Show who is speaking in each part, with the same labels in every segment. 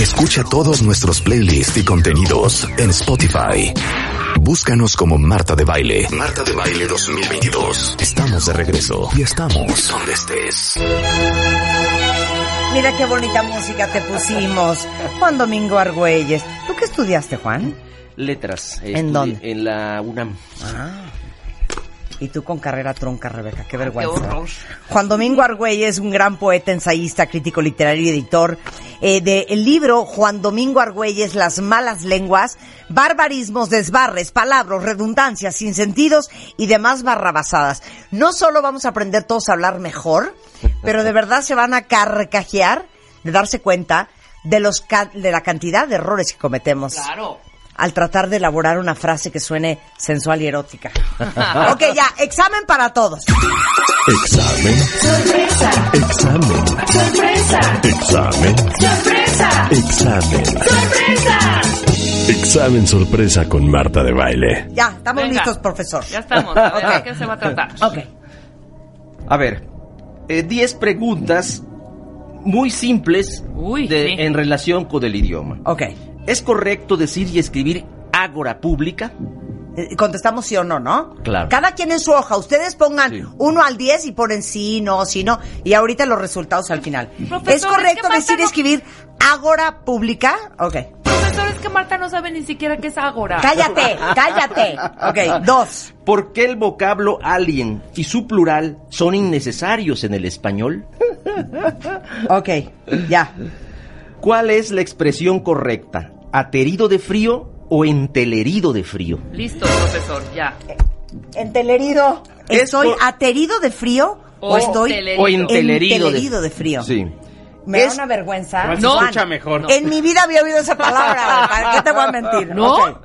Speaker 1: Escucha todos nuestros playlists y contenidos en Spotify. Búscanos como Marta de Baile. Marta de Baile 2022. Estamos de regreso y estamos donde estés.
Speaker 2: Mira qué bonita música te pusimos. Juan Domingo Argüelles. ¿Tú qué estudiaste, Juan?
Speaker 3: Letras.
Speaker 2: ¿En
Speaker 3: Estudié
Speaker 2: dónde?
Speaker 3: En la UNAM.
Speaker 2: Ah. Y tú con carrera tronca, Rebeca, qué vergüenza. Juan Domingo Argüelles es un gran poeta, ensayista, crítico literario y editor eh, del libro Juan Domingo Argüelles, Las malas lenguas, barbarismos, desbarres, palabras, redundancias, sinsentidos y demás barrabasadas. No solo vamos a aprender todos a hablar mejor, pero de verdad se van a carcajear de darse cuenta de, los ca- de la cantidad de errores que cometemos
Speaker 4: Claro.
Speaker 2: al tratar de elaborar una frase que suene sensual y erótica. ok, ya, examen para todos.
Speaker 1: Examen,
Speaker 4: Sorpresa,
Speaker 1: examen,
Speaker 4: sorpresa,
Speaker 1: examen,
Speaker 4: sorpresa,
Speaker 1: examen.
Speaker 4: sorpresa.
Speaker 1: Examen sorpresa con Marta de Baile.
Speaker 2: Ya, estamos
Speaker 5: Venga.
Speaker 2: listos, profesor.
Speaker 5: Ya estamos, a ver de qué se va a tratar.
Speaker 2: Ok.
Speaker 3: A ver, eh, 10 preguntas muy simples
Speaker 5: Uy,
Speaker 3: de-
Speaker 5: sí.
Speaker 3: en relación con el idioma.
Speaker 2: Ok.
Speaker 3: ¿Es correcto decir y escribir ágora pública?
Speaker 2: Eh, Contestamos sí o no, ¿no?
Speaker 3: Claro.
Speaker 2: Cada quien en su hoja. Ustedes pongan
Speaker 3: Sí.
Speaker 2: uno al 10 y ponen sí, no, sí, no. Y ahorita los resultados al final.
Speaker 5: Profesor,
Speaker 2: ¿Es correcto
Speaker 5: es que
Speaker 2: decir
Speaker 5: faltan-
Speaker 2: escribir ágora pública? Ok.
Speaker 5: Profesor, es que Marta no sabe ni siquiera qué es Ágora.
Speaker 2: Cállate, cállate. Ok, dos.
Speaker 3: ¿Por qué el vocablo alien y su plural son innecesarios en el español?
Speaker 2: Ok, ya.
Speaker 3: ¿Cuál es la expresión correcta? ¿Aterido de frío o entelerido de frío?
Speaker 5: Listo, profesor, ya.
Speaker 2: Entelerido.
Speaker 3: Es
Speaker 2: ¿Estoy
Speaker 3: por-
Speaker 2: aterido de frío o,
Speaker 5: O
Speaker 2: estoy
Speaker 5: Oh. telerido. O
Speaker 3: entelerido de-
Speaker 2: entelerido de frío?
Speaker 3: Sí.
Speaker 2: Me da
Speaker 3: Es-
Speaker 2: una vergüenza.
Speaker 5: No.
Speaker 2: Juan,
Speaker 5: Escucha mejor. No.
Speaker 2: En mi vida había oído esa palabra. ¿Para qué te voy a mentir?
Speaker 5: ¿No?
Speaker 2: Ok.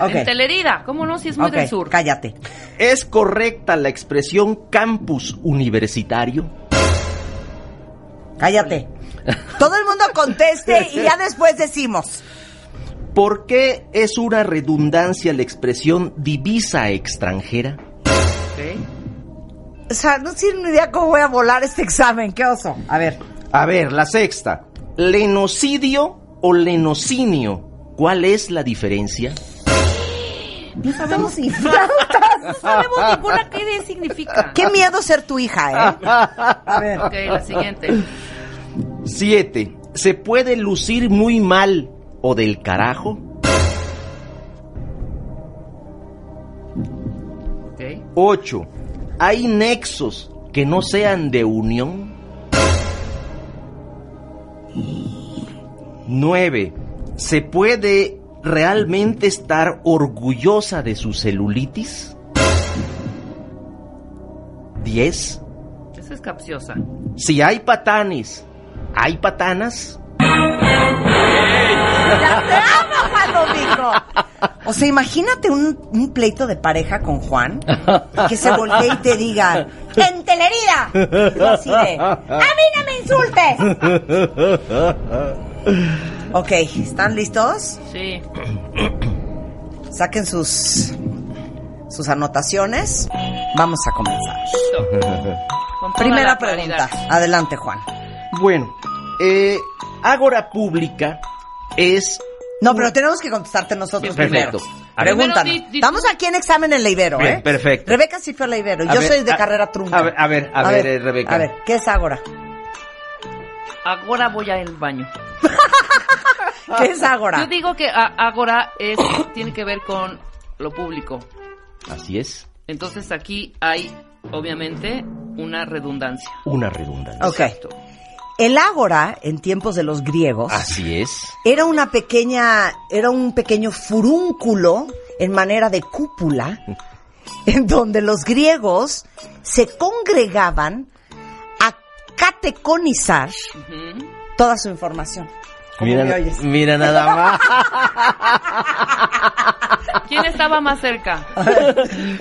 Speaker 2: Ok.
Speaker 5: Entelerida, ¿cómo no? Si es muy
Speaker 2: Ok,
Speaker 5: del sur.
Speaker 2: Cállate.
Speaker 3: ¿Es correcta la expresión campus universitario?
Speaker 2: Cállate. Todo el mundo conteste y ya después decimos.
Speaker 3: ¿Por qué es una redundancia la expresión divisa extranjera?
Speaker 5: Ok.
Speaker 2: O sea, no tiene ni idea cómo voy a volar este examen. Qué oso. A ver.
Speaker 3: A ver, la sexta. ¿Lenocidio o lenocinio? ¿Cuál es la diferencia?
Speaker 2: No sabemos ni flautas.
Speaker 5: No sabemos ninguna qué de- significa.
Speaker 2: Qué miedo ser tu hija, ¿eh? A ver.
Speaker 5: Ok, la siguiente.
Speaker 3: Siete. ¿Se puede lucir muy mal o del carajo?
Speaker 5: Ok.
Speaker 3: Ocho. ¿Hay nexos que no sean de unión? Nueve. ¿Se puede realmente estar orgullosa de su celulitis? Diez.
Speaker 5: Esa es capciosa.
Speaker 3: Si hay patanes, ¿hay patanas?
Speaker 2: Ya te amo, Juan Domingo. O sea, imagínate un, un pleito de pareja con Juan que se voltee y te diga, ¡Entelerida! Y así de, ¡A mí no me insultes! Ok, ¿están listos?
Speaker 5: Sí.
Speaker 2: Saquen sus, sus anotaciones. Vamos a comenzar.
Speaker 5: Con toda
Speaker 2: Primera
Speaker 5: la claridad.
Speaker 2: pregunta. Adelante, Juan.
Speaker 3: Bueno, eh, Ágora Pública es...
Speaker 2: No, pero tenemos que contestarte nosotros
Speaker 3: Perfecto.
Speaker 2: primero.
Speaker 3: A ver.
Speaker 2: Pregúntanos.
Speaker 5: Primero di- di-
Speaker 2: Estamos aquí en examen en la Ibero,
Speaker 3: Bien,
Speaker 2: ¿eh?
Speaker 3: perfecto.
Speaker 2: Rebeca sí fue a la Ibero.
Speaker 3: A
Speaker 2: Yo
Speaker 3: ver,
Speaker 2: soy de
Speaker 3: a-
Speaker 2: carrera trunca.
Speaker 3: a ver, a ver, a ver, eh, Rebeca.
Speaker 2: A ver, ¿qué es Ágora?
Speaker 5: Agora voy al baño.
Speaker 2: ¿Qué es Ágora?
Speaker 5: Yo digo que a- Agora es, tiene que ver con lo público.
Speaker 3: Así es,
Speaker 5: Entonces aquí hay, obviamente, una redundancia.
Speaker 3: una redundancia.
Speaker 2: Ok. El Ágora, en tiempos de los griegos,
Speaker 3: Así es.
Speaker 2: era una pequeña, era un pequeño furúnculo en manera de cúpula, en donde los griegos se congregaban a cateconizar
Speaker 5: Ujú.
Speaker 2: toda su información. ¿Cómo
Speaker 3: Mira,
Speaker 2: me oyes?
Speaker 3: mira nada más.
Speaker 5: ¿Quién estaba más cerca?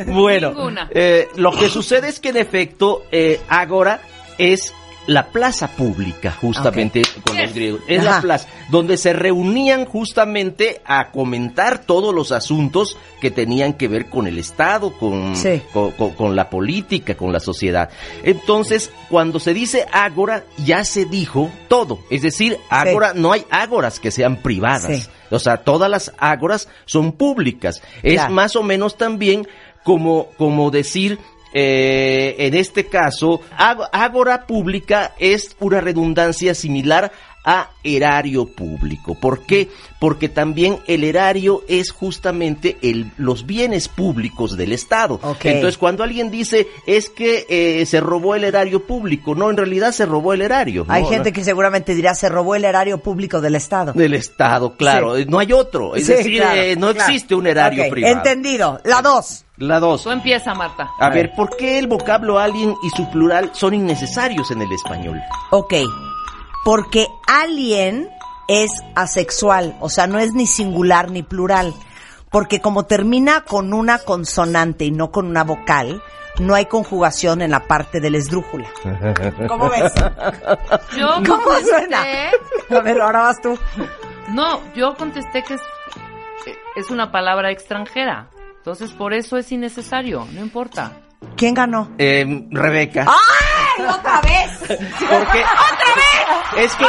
Speaker 3: Bueno,
Speaker 5: Ninguna.
Speaker 3: eh, lo que sucede es que en efecto eh, Ágora es la plaza pública, justamente con los griegos. Es
Speaker 2: Ajá.
Speaker 3: la plaza donde se reunían justamente a comentar todos los asuntos que tenían que ver con el Estado, con,
Speaker 2: Sí.
Speaker 3: con, con- con la política, con la sociedad. Entonces, cuando se dice Ágora, ya se dijo todo. Es decir, Ágora, no hay Ágoras que sean privadas.
Speaker 2: Sí.
Speaker 3: O sea, todas las ágoras son públicas. Es
Speaker 2: Claro.
Speaker 3: más o menos también como, como decir, eh, en este caso, ág- ágora pública es una redundancia similar a erario público. ¿Por qué? Porque también el erario es justamente el, los bienes públicos del Estado.
Speaker 2: Ok.
Speaker 3: Entonces, cuando alguien dice, es que eh, se robó el erario público, no, en realidad se robó el erario.
Speaker 2: Hay
Speaker 3: ¿no?
Speaker 2: gente que seguramente dirá, se robó el erario público del Estado.
Speaker 3: Del Estado, claro. No hay otro. Es
Speaker 2: Sí,
Speaker 3: decir,
Speaker 2: claro,
Speaker 3: eh, no
Speaker 2: claro.
Speaker 3: existe un erario
Speaker 2: Ok,
Speaker 3: privado.
Speaker 2: Entendido. La dos.
Speaker 3: La dos.
Speaker 5: Tú empieza, Marta.
Speaker 3: A ver, ¿por qué el vocablo alien y su plural son innecesarios en el español?
Speaker 2: Ok. Porque alien es asexual, o sea, no es ni singular ni plural. Porque como termina con una consonante y no con una vocal, no hay conjugación en la parte de la esdrújula. ¿Cómo ves?
Speaker 5: Yo
Speaker 2: ¿Cómo
Speaker 5: contesté-
Speaker 2: suena? A ver, ahora vas tú.
Speaker 5: No, yo contesté que es, eh, es una palabra extranjera. Entonces, por eso es innecesario. No importa.
Speaker 2: ¿Quién ganó?
Speaker 3: Eh, Rebeca.
Speaker 2: ¡Ay, otra vez!
Speaker 3: Porque Es que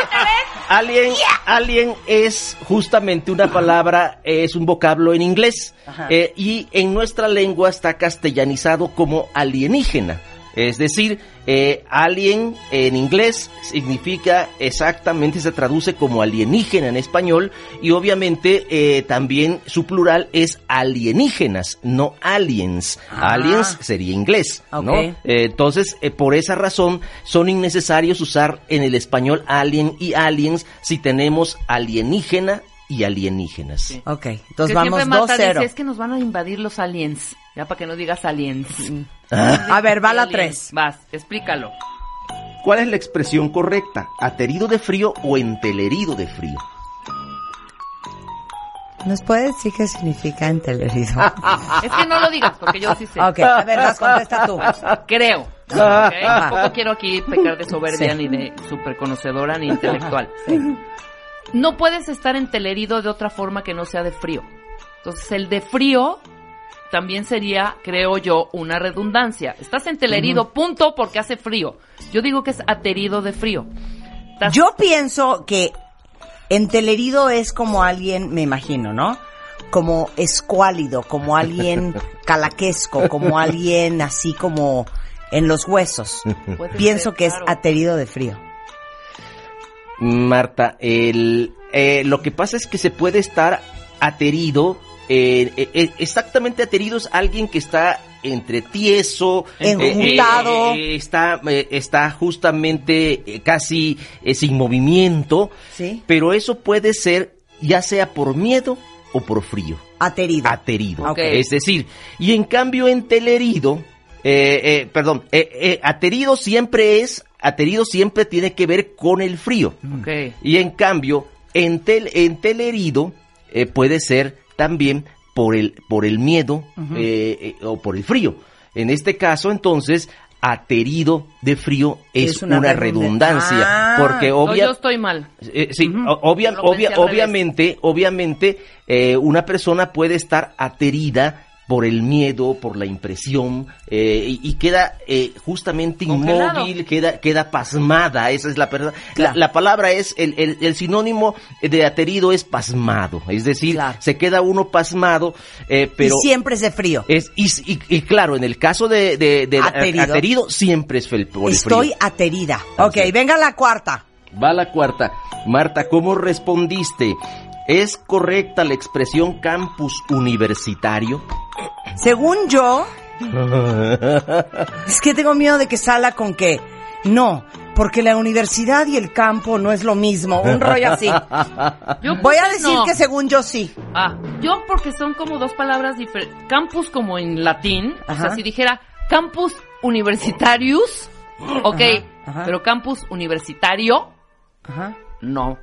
Speaker 3: alien, alien es justamente una palabra, eh, es un vocablo en inglés eh, y en nuestra lengua está castellanizado como alienígena. Es decir, eh, alien en inglés significa exactamente, se traduce como alienígena en español y obviamente eh, también su plural es alienígenas, no aliens. Aliens sería inglés, ¿no?
Speaker 2: Ok.
Speaker 3: Eh, entonces, eh, por esa razón, son innecesarios usar en el español alien y aliens si tenemos alienígena y alienígenas.
Speaker 5: Sí.
Speaker 2: Ok, entonces
Speaker 5: que
Speaker 2: vamos
Speaker 5: siempre Marta dice, es
Speaker 2: 2-0.
Speaker 5: que nos van a invadir los aliens. Ya para que no digas aliens.
Speaker 3: Ah.
Speaker 2: A ver, va la 3.
Speaker 5: Aliens. Vas, explícalo.
Speaker 3: ¿Cuál es la expresión correcta? ¿Aterido de frío o entelerido de frío?
Speaker 2: ¿Nos puedes decir qué significa entelerizo?
Speaker 5: Es que no lo digas, porque yo sí sé.
Speaker 2: Ok, a ver, las contesta tú.
Speaker 5: Creo. ¿ok? Tampoco quiero aquí pecar de soberbia
Speaker 2: Ah. Sí.
Speaker 5: ni de superconocedora ni intelectual. No puedes estar entelerido de otra forma que no sea de frío. Entonces, el de frío también sería, creo yo, una redundancia. Estás entelerido, punto, porque hace frío. Yo digo que es aterido de frío. Estás-
Speaker 2: Yo pienso que entelerido es como alguien, me imagino, ¿no? Como escuálido, como alguien calaquesco, como alguien así como en los huesos.
Speaker 5: puedes
Speaker 2: Pienso
Speaker 5: ser,
Speaker 2: que es
Speaker 5: claro.
Speaker 2: aterido de frío.
Speaker 3: Marta, el, eh, lo que pasa es que se puede estar aterido. eh, eh, eh, exactamente aterido es alguien que está entre tieso, eh,
Speaker 2: Enjuntado.
Speaker 3: eh, eh, está, eh, está justamente eh, casi eh, sin movimiento.
Speaker 2: ¿Sí?
Speaker 3: Pero eso puede ser ya sea por miedo o por frío
Speaker 2: Aterido.
Speaker 3: Ah, aterido.
Speaker 2: Ok.
Speaker 3: Es decir, y en cambio entelerido, eh, eh, perdón, eh, eh, aterido siempre es, aterido siempre tiene que ver con el frío.
Speaker 5: Ok.
Speaker 3: Y en cambio, entel, entelerido eh, puede ser también por el, por el miedo eh, eh, o por el frío. En este caso, entonces, aterido de frío es,
Speaker 2: Es una
Speaker 3: una,
Speaker 2: redundancia.
Speaker 3: redundancia.
Speaker 2: Ah.
Speaker 3: porque
Speaker 5: No,
Speaker 3: obvia,
Speaker 5: yo estoy mal.
Speaker 3: eh, sí, o- obvia-
Speaker 5: Yo lo pensé
Speaker 3: obvia-
Speaker 5: al revés.
Speaker 3: obviamente, obviamente, eh, una persona puede estar aterida por el miedo, por la impresión, eh, y, y queda eh, justamente
Speaker 5: Congelado.
Speaker 3: inmóvil, queda, queda pasmada, esa es la verdad. La,
Speaker 2: Claro.
Speaker 3: la palabra es, el, el- el sinónimo de aterido es pasmado, es decir,
Speaker 2: Claro.
Speaker 3: se queda uno pasmado, eh,
Speaker 2: Y
Speaker 3: pero...
Speaker 2: siempre es de frío.
Speaker 3: Es, y, y- y claro, en el caso de, de- del
Speaker 2: Aterido.
Speaker 3: aterido. siempre es fel- por el frío.
Speaker 2: Estoy aterida. Ok,
Speaker 3: Así es.
Speaker 2: venga la cuarta.
Speaker 3: Va la cuarta. Marta, ¿cómo respondiste? ¿Es correcta la expresión campus universitario?
Speaker 2: Según yo, es que tengo miedo de que salga con que no, porque la universidad y el campo no es lo mismo, un rollo así.
Speaker 5: Yo
Speaker 2: Ah. Voy a
Speaker 5: puse
Speaker 2: decir
Speaker 5: no.
Speaker 2: que según yo sí.
Speaker 5: Ah, yo porque son como dos palabras diferentes. Campus como en latín, o
Speaker 2: Ajá.
Speaker 5: sea, si dijera campus universitarius, ok,
Speaker 2: ajá.
Speaker 5: pero campus universitario,
Speaker 2: Ajá.
Speaker 5: no.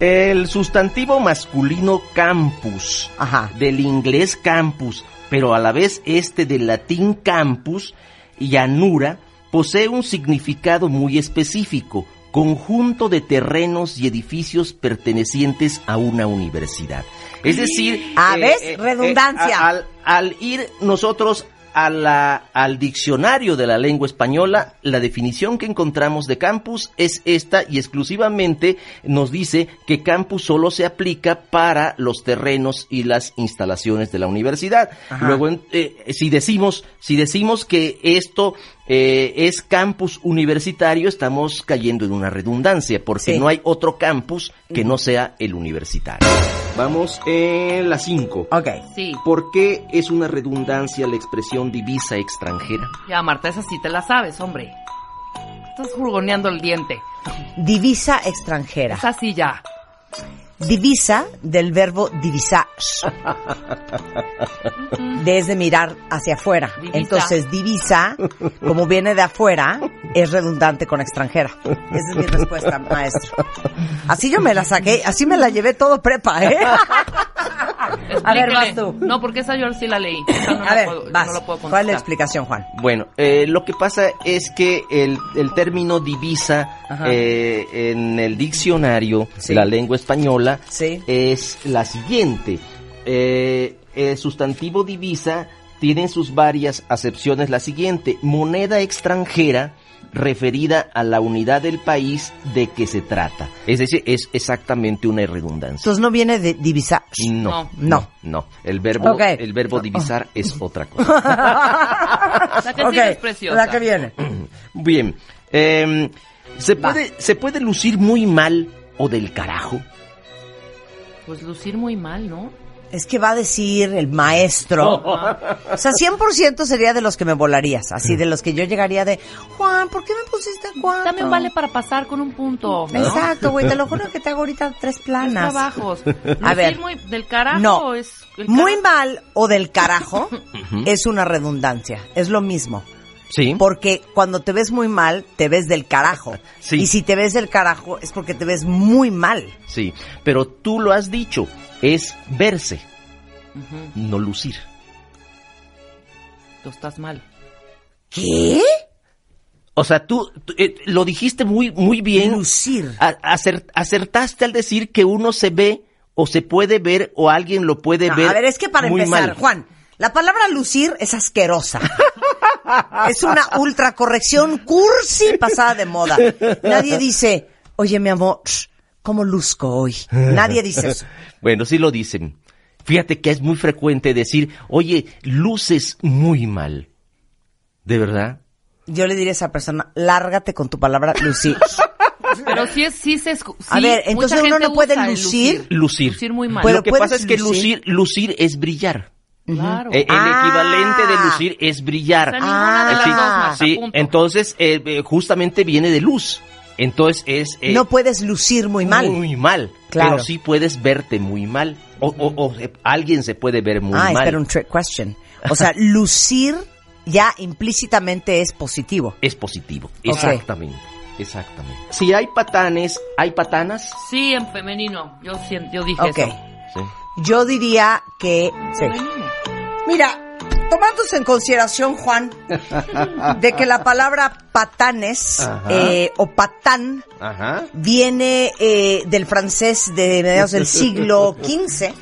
Speaker 3: El sustantivo masculino campus,
Speaker 2: Ajá.
Speaker 3: del inglés campus, pero a la vez este del latín campus y llanura, posee un significado muy específico, conjunto de terrenos y edificios pertenecientes a una universidad. Es decir, eh,
Speaker 2: Ah, ¿ves? Redundancia.
Speaker 3: a- al, al ir nosotros a la, al diccionario de la lengua española, la definición que encontramos de campus es esta y exclusivamente nos dice que campus solo se aplica para los terrenos y las instalaciones de la universidad.
Speaker 2: Ajá.
Speaker 3: Luego, en- eh, si decimos, si decimos que esto eh, es campus universitario, estamos cayendo en una redundancia porque
Speaker 2: Sí.
Speaker 3: no hay otro campus que no sea el universitario. Vamos en la 5.
Speaker 2: Ok.
Speaker 5: Sí.
Speaker 3: ¿Por qué es una redundancia la expresión divisa extranjera?
Speaker 5: Ya, Marta, esa sí te la sabes, hombre. Estás jurgoneando el diente.
Speaker 2: Divisa extranjera.
Speaker 5: Esa sí ya.
Speaker 2: Divisa del verbo divisar. Desde mirar hacia afuera.
Speaker 5: Divisa.
Speaker 2: Entonces, divisa, como viene de afuera, es redundante con extranjera. Esa es mi respuesta, maestro. Así yo me la saqué, así me la llevé todo prepa, ¿eh? A ver,
Speaker 5: Explíquele.
Speaker 2: vas tú.
Speaker 5: No, porque esa yo sí la leí. Esa no
Speaker 2: A
Speaker 5: la
Speaker 2: ver,
Speaker 5: puedo-
Speaker 2: vas.
Speaker 5: no la
Speaker 2: ¿Cuál
Speaker 5: puedo
Speaker 2: es la
Speaker 5: contestar.
Speaker 2: explicación, Juan?
Speaker 3: Bueno, eh, lo que pasa es que el, el término divisa
Speaker 2: Ajá.
Speaker 3: eh, en el diccionario
Speaker 2: Sí.
Speaker 3: de la lengua española
Speaker 2: Sí.
Speaker 3: es la siguiente. Eh, el sustantivo divisa tiene en sus varias acepciones la siguiente. Moneda extranjera referida a la unidad del país de que se trata. Es decir, es exactamente una redundancia.
Speaker 2: Entonces no viene de divisar.
Speaker 3: No,
Speaker 2: No.
Speaker 3: no, no. El verbo,
Speaker 2: Ok.
Speaker 3: el verbo divisar es otra cosa.
Speaker 5: La que sigue
Speaker 2: Ok,
Speaker 5: es preciosa.
Speaker 2: La que viene.
Speaker 3: Bien, em, se
Speaker 2: Va.
Speaker 3: puede, se puede lucir muy mal o del carajo.
Speaker 5: Pues lucir muy mal, ¿no?
Speaker 2: Es que va a decir el maestro. O sea, 100% sería de los que me volarías, así de los que yo llegaría de, Juan, ¿por qué me pusiste cuatro?
Speaker 5: También vale para pasar con un punto. ¿no?
Speaker 2: Exacto, güey, te lo juro que te hago ahorita tres
Speaker 5: Tres
Speaker 2: planas.
Speaker 5: trabajos. Lucir
Speaker 2: ver.
Speaker 5: muy del carajo
Speaker 2: No.
Speaker 5: es... el
Speaker 2: Muy
Speaker 5: carajo.
Speaker 2: mal o del carajo es una redundancia, es lo mismo.
Speaker 3: Sí.
Speaker 2: Porque cuando te ves muy mal, te ves del carajo.
Speaker 3: Sí.
Speaker 2: Y si te ves del carajo es porque te ves muy mal.
Speaker 3: Sí, pero tú lo has dicho, es verse,
Speaker 5: Ujú,
Speaker 3: no lucir.
Speaker 5: Tú estás mal.
Speaker 2: ¿Qué?
Speaker 3: O sea, tú, tú, eh, lo dijiste muy, muy bien.
Speaker 2: Lucir.
Speaker 3: A- acer- acertaste al decir que uno se ve o se puede ver o alguien lo puede
Speaker 2: No,
Speaker 3: eh, ver.
Speaker 2: a ver, es que para
Speaker 3: muy
Speaker 2: empezar,
Speaker 3: mal.
Speaker 2: Juan, la palabra lucir es asquerosa. es una ultracorrección cursi pasada de moda. Nadie dice, oye, mi amor, ¿cómo luzco hoy? Nadie dice eso.
Speaker 3: Bueno, sí lo dicen. Fíjate que es muy frecuente decir, oye, luces muy mal. ¿De verdad?
Speaker 2: Yo le diré a esa persona, lárgate con tu palabra lucir.
Speaker 5: Pero sí, es, sí se... escu-
Speaker 2: A
Speaker 5: sí,
Speaker 2: ver,
Speaker 5: mucha
Speaker 2: entonces uno
Speaker 5: gente
Speaker 2: no puede
Speaker 5: usa el
Speaker 2: lucir.
Speaker 3: Lucir.
Speaker 5: Lucir muy mal.
Speaker 2: Pero
Speaker 3: lo que
Speaker 2: puedes
Speaker 3: pasa es que
Speaker 2: lucir.
Speaker 3: lucir, lucir es brillar.
Speaker 5: claro.
Speaker 3: Eh, el
Speaker 2: Ah.
Speaker 3: equivalente de lucir es
Speaker 5: O sea,
Speaker 3: brillar. Ah,
Speaker 5: ninguna de las
Speaker 2: sí,
Speaker 5: dos, Marta,
Speaker 3: sí,
Speaker 5: punto.
Speaker 3: entonces eh, eh, justamente viene de luz. Entonces es eh,
Speaker 2: no puedes lucir muy mal.
Speaker 3: muy mal.
Speaker 2: Claro.
Speaker 3: Pero sí puedes verte muy mal. O, o- o, eh, alguien se puede ver muy
Speaker 2: ah,
Speaker 3: mal.
Speaker 2: espera, un trick question. O sea, lucir ya implícitamente es positivo.
Speaker 3: Es positivo.
Speaker 2: Ok.
Speaker 3: Exactamente. Exactamente. Si hay patanes, hay patanas.
Speaker 5: Sí, en femenino. Yo, sien- yo dije
Speaker 2: Ok.
Speaker 5: eso.
Speaker 3: Sí.
Speaker 2: Yo diría que... Sí.
Speaker 5: Femenino.
Speaker 2: Mira, tomándose en consideración, Juan, de que la palabra patanes
Speaker 3: Ajá.
Speaker 2: eh, o patán
Speaker 3: Ajá.
Speaker 2: viene eh, del francés de mediados del siglo XV,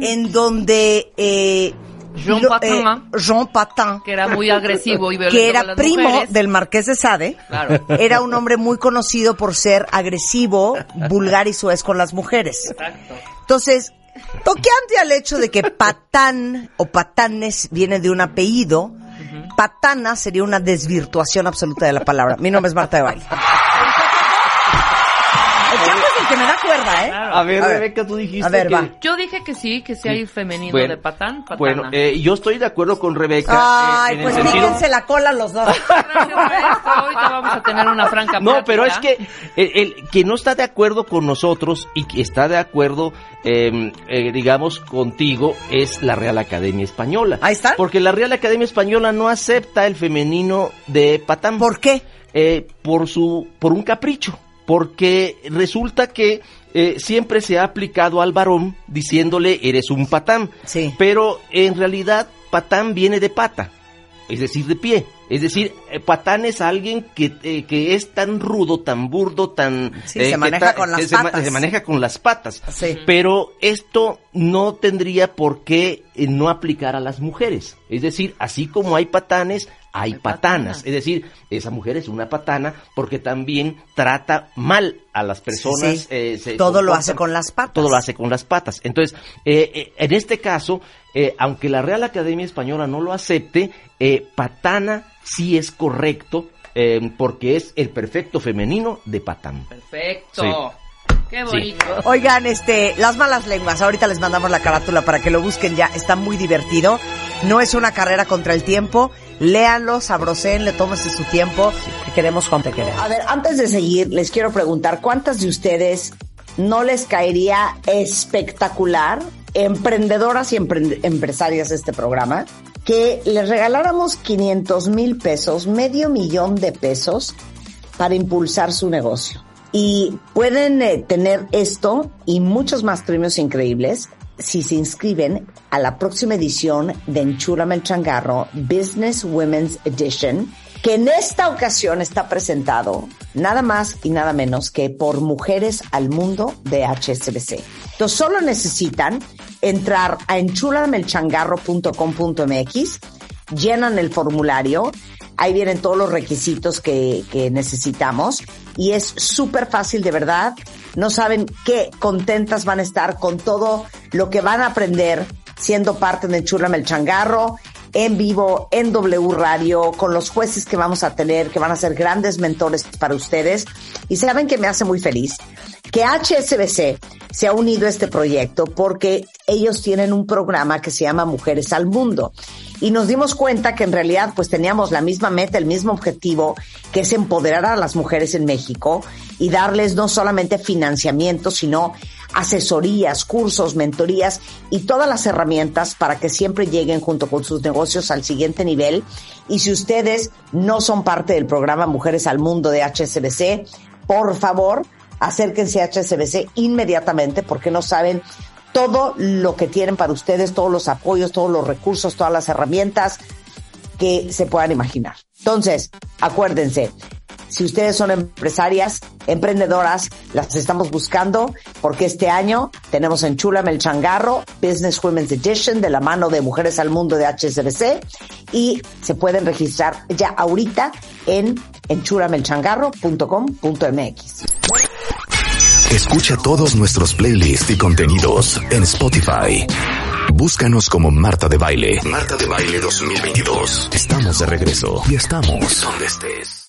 Speaker 2: en donde eh,
Speaker 5: Jean
Speaker 2: lo- eh,
Speaker 5: Patin, ¿ah?
Speaker 2: Jean Patin,
Speaker 5: Que era muy agresivo y violento
Speaker 2: que
Speaker 5: con
Speaker 2: era
Speaker 5: las
Speaker 2: primo
Speaker 5: mujeres.
Speaker 2: del marqués de Sade,
Speaker 5: Claro.
Speaker 2: era un hombre muy conocido por ser agresivo, vulgar y suez con las mujeres.
Speaker 5: Exacto.
Speaker 2: Entonces, toqueante al hecho de que patán o patanes viene de un apellido, patana sería una desvirtuación absoluta de la palabra. Mi nombre es Marta de Baile. El campo es el que me da cuerda, ¿eh?
Speaker 3: A ver,
Speaker 2: A ver.
Speaker 3: Rebeca, tú dijiste
Speaker 2: A ver,
Speaker 3: que...
Speaker 2: va.
Speaker 5: Yo dije que sí, que sí hay femenino
Speaker 3: Bueno,
Speaker 5: de patán, patana.
Speaker 3: Bueno, eh, yo estoy de acuerdo con Rebeca. eh,
Speaker 2: Ay,
Speaker 3: en el
Speaker 2: pues
Speaker 3: sentido-
Speaker 2: píquense la cola los dos.
Speaker 5: Gracias por esto. Ahorita vamos a tener una franca
Speaker 3: No, pero es
Speaker 5: plática.
Speaker 3: que el, el que no está de acuerdo con nosotros y que está de acuerdo, eh, eh, digamos, contigo es la Real Academia Española.
Speaker 2: Ahí está.
Speaker 3: Porque la Real Academia Española no acepta el femenino de patán.
Speaker 2: ¿Por qué?
Speaker 3: Eh, por su, por un capricho. Porque resulta que eh, siempre se ha aplicado al varón diciéndole eres un patán.
Speaker 6: Sí.
Speaker 3: Pero en realidad patán viene de pata, es decir, de pie. Es decir, eh, patán es alguien que, eh, que es tan rudo, tan burdo, tan... eh,
Speaker 6: Sí, se
Speaker 3: que
Speaker 6: maneja con las
Speaker 3: que se ma-
Speaker 6: patas.
Speaker 3: se maneja con las patas.
Speaker 6: Sí.
Speaker 3: Pero esto no tendría por qué eh, no aplicar a las mujeres. Es decir, así como hay patanes, hay patanas.
Speaker 5: patanas.
Speaker 3: Es decir, esa mujer es una patana porque también trata mal a las personas.
Speaker 6: Sí, sí.
Speaker 3: eh, se
Speaker 6: Todo lo
Speaker 3: comporta-
Speaker 6: hace con las patas.
Speaker 3: Todo lo hace con las patas. Entonces, eh, eh, en este caso, eh, aunque la Real Academia Española no lo acepte, eh, patana sí es correcto eh, porque es el perfecto femenino de patán.
Speaker 5: Perfecto.
Speaker 3: Sí.
Speaker 5: Qué
Speaker 3: Sí.
Speaker 5: bonito.
Speaker 6: Oigan, este, las malas lenguas, ahorita les mandamos la carátula para que lo busquen ya, está muy divertido. No es una carrera contra el tiempo, léanlo, sabroseen, le tómese su tiempo. Te queremos, Juan, te queremos.
Speaker 2: A ver, antes de seguir, les quiero preguntar, ¿cuántas de ustedes no les caería espectacular, emprendedoras y emprend- empresarias de este programa, que les regaláramos 500 mil pesos, medio millón de pesos, para impulsar su negocio? Y pueden eh, tener esto y muchos más premios increíbles si se inscriben a la próxima edición de Enchúrame el Changarro Business Women's Edition, que en esta ocasión está presentado nada más y nada menos que por Mujeres al Mundo de HSBC. Entonces solo necesitan entrar a enchulamelchangarro.com.mx, llenan el formulario, Ahí vienen todos los requisitos que, que necesitamos y es súper fácil, de verdad. No saben qué contentas van a estar con todo lo que van a aprender siendo parte de Enchúrame el Changarro, en vivo, en W Radio, con los jueces que vamos a tener, que van a ser grandes mentores para ustedes. Y saben que me hace muy feliz que HSBC se ha unido a este proyecto porque ellos tienen un programa que se llama Mujeres al Mundo. Y nos dimos cuenta que en realidad pues teníamos la misma meta, el mismo objetivo, que es empoderar a las mujeres en México y darles no solamente financiamiento, sino asesorías, cursos, mentorías y todas las herramientas para que siempre lleguen junto con sus negocios al siguiente nivel. Y si ustedes no son parte del programa Mujeres al Mundo de HSBC, por favor, acérquense a HSBC inmediatamente porque no saben todo lo que tienen para ustedes, todos los apoyos, todos los recursos, todas las herramientas que se puedan imaginar. Entonces, acuérdense, si ustedes son empresarias, emprendedoras, las estamos buscando porque este año tenemos en Chúlame el Changarro, Business Women's Edition, de la mano de Mujeres al Mundo de HSBC, y se pueden registrar ya ahorita en enchulamelchangarro.com.mx.
Speaker 1: Escucha todos nuestros playlists y contenidos en Spotify. Búscanos como Marta de Baile. Marta de Baile 2022. Estamos de regreso y estamos donde estés.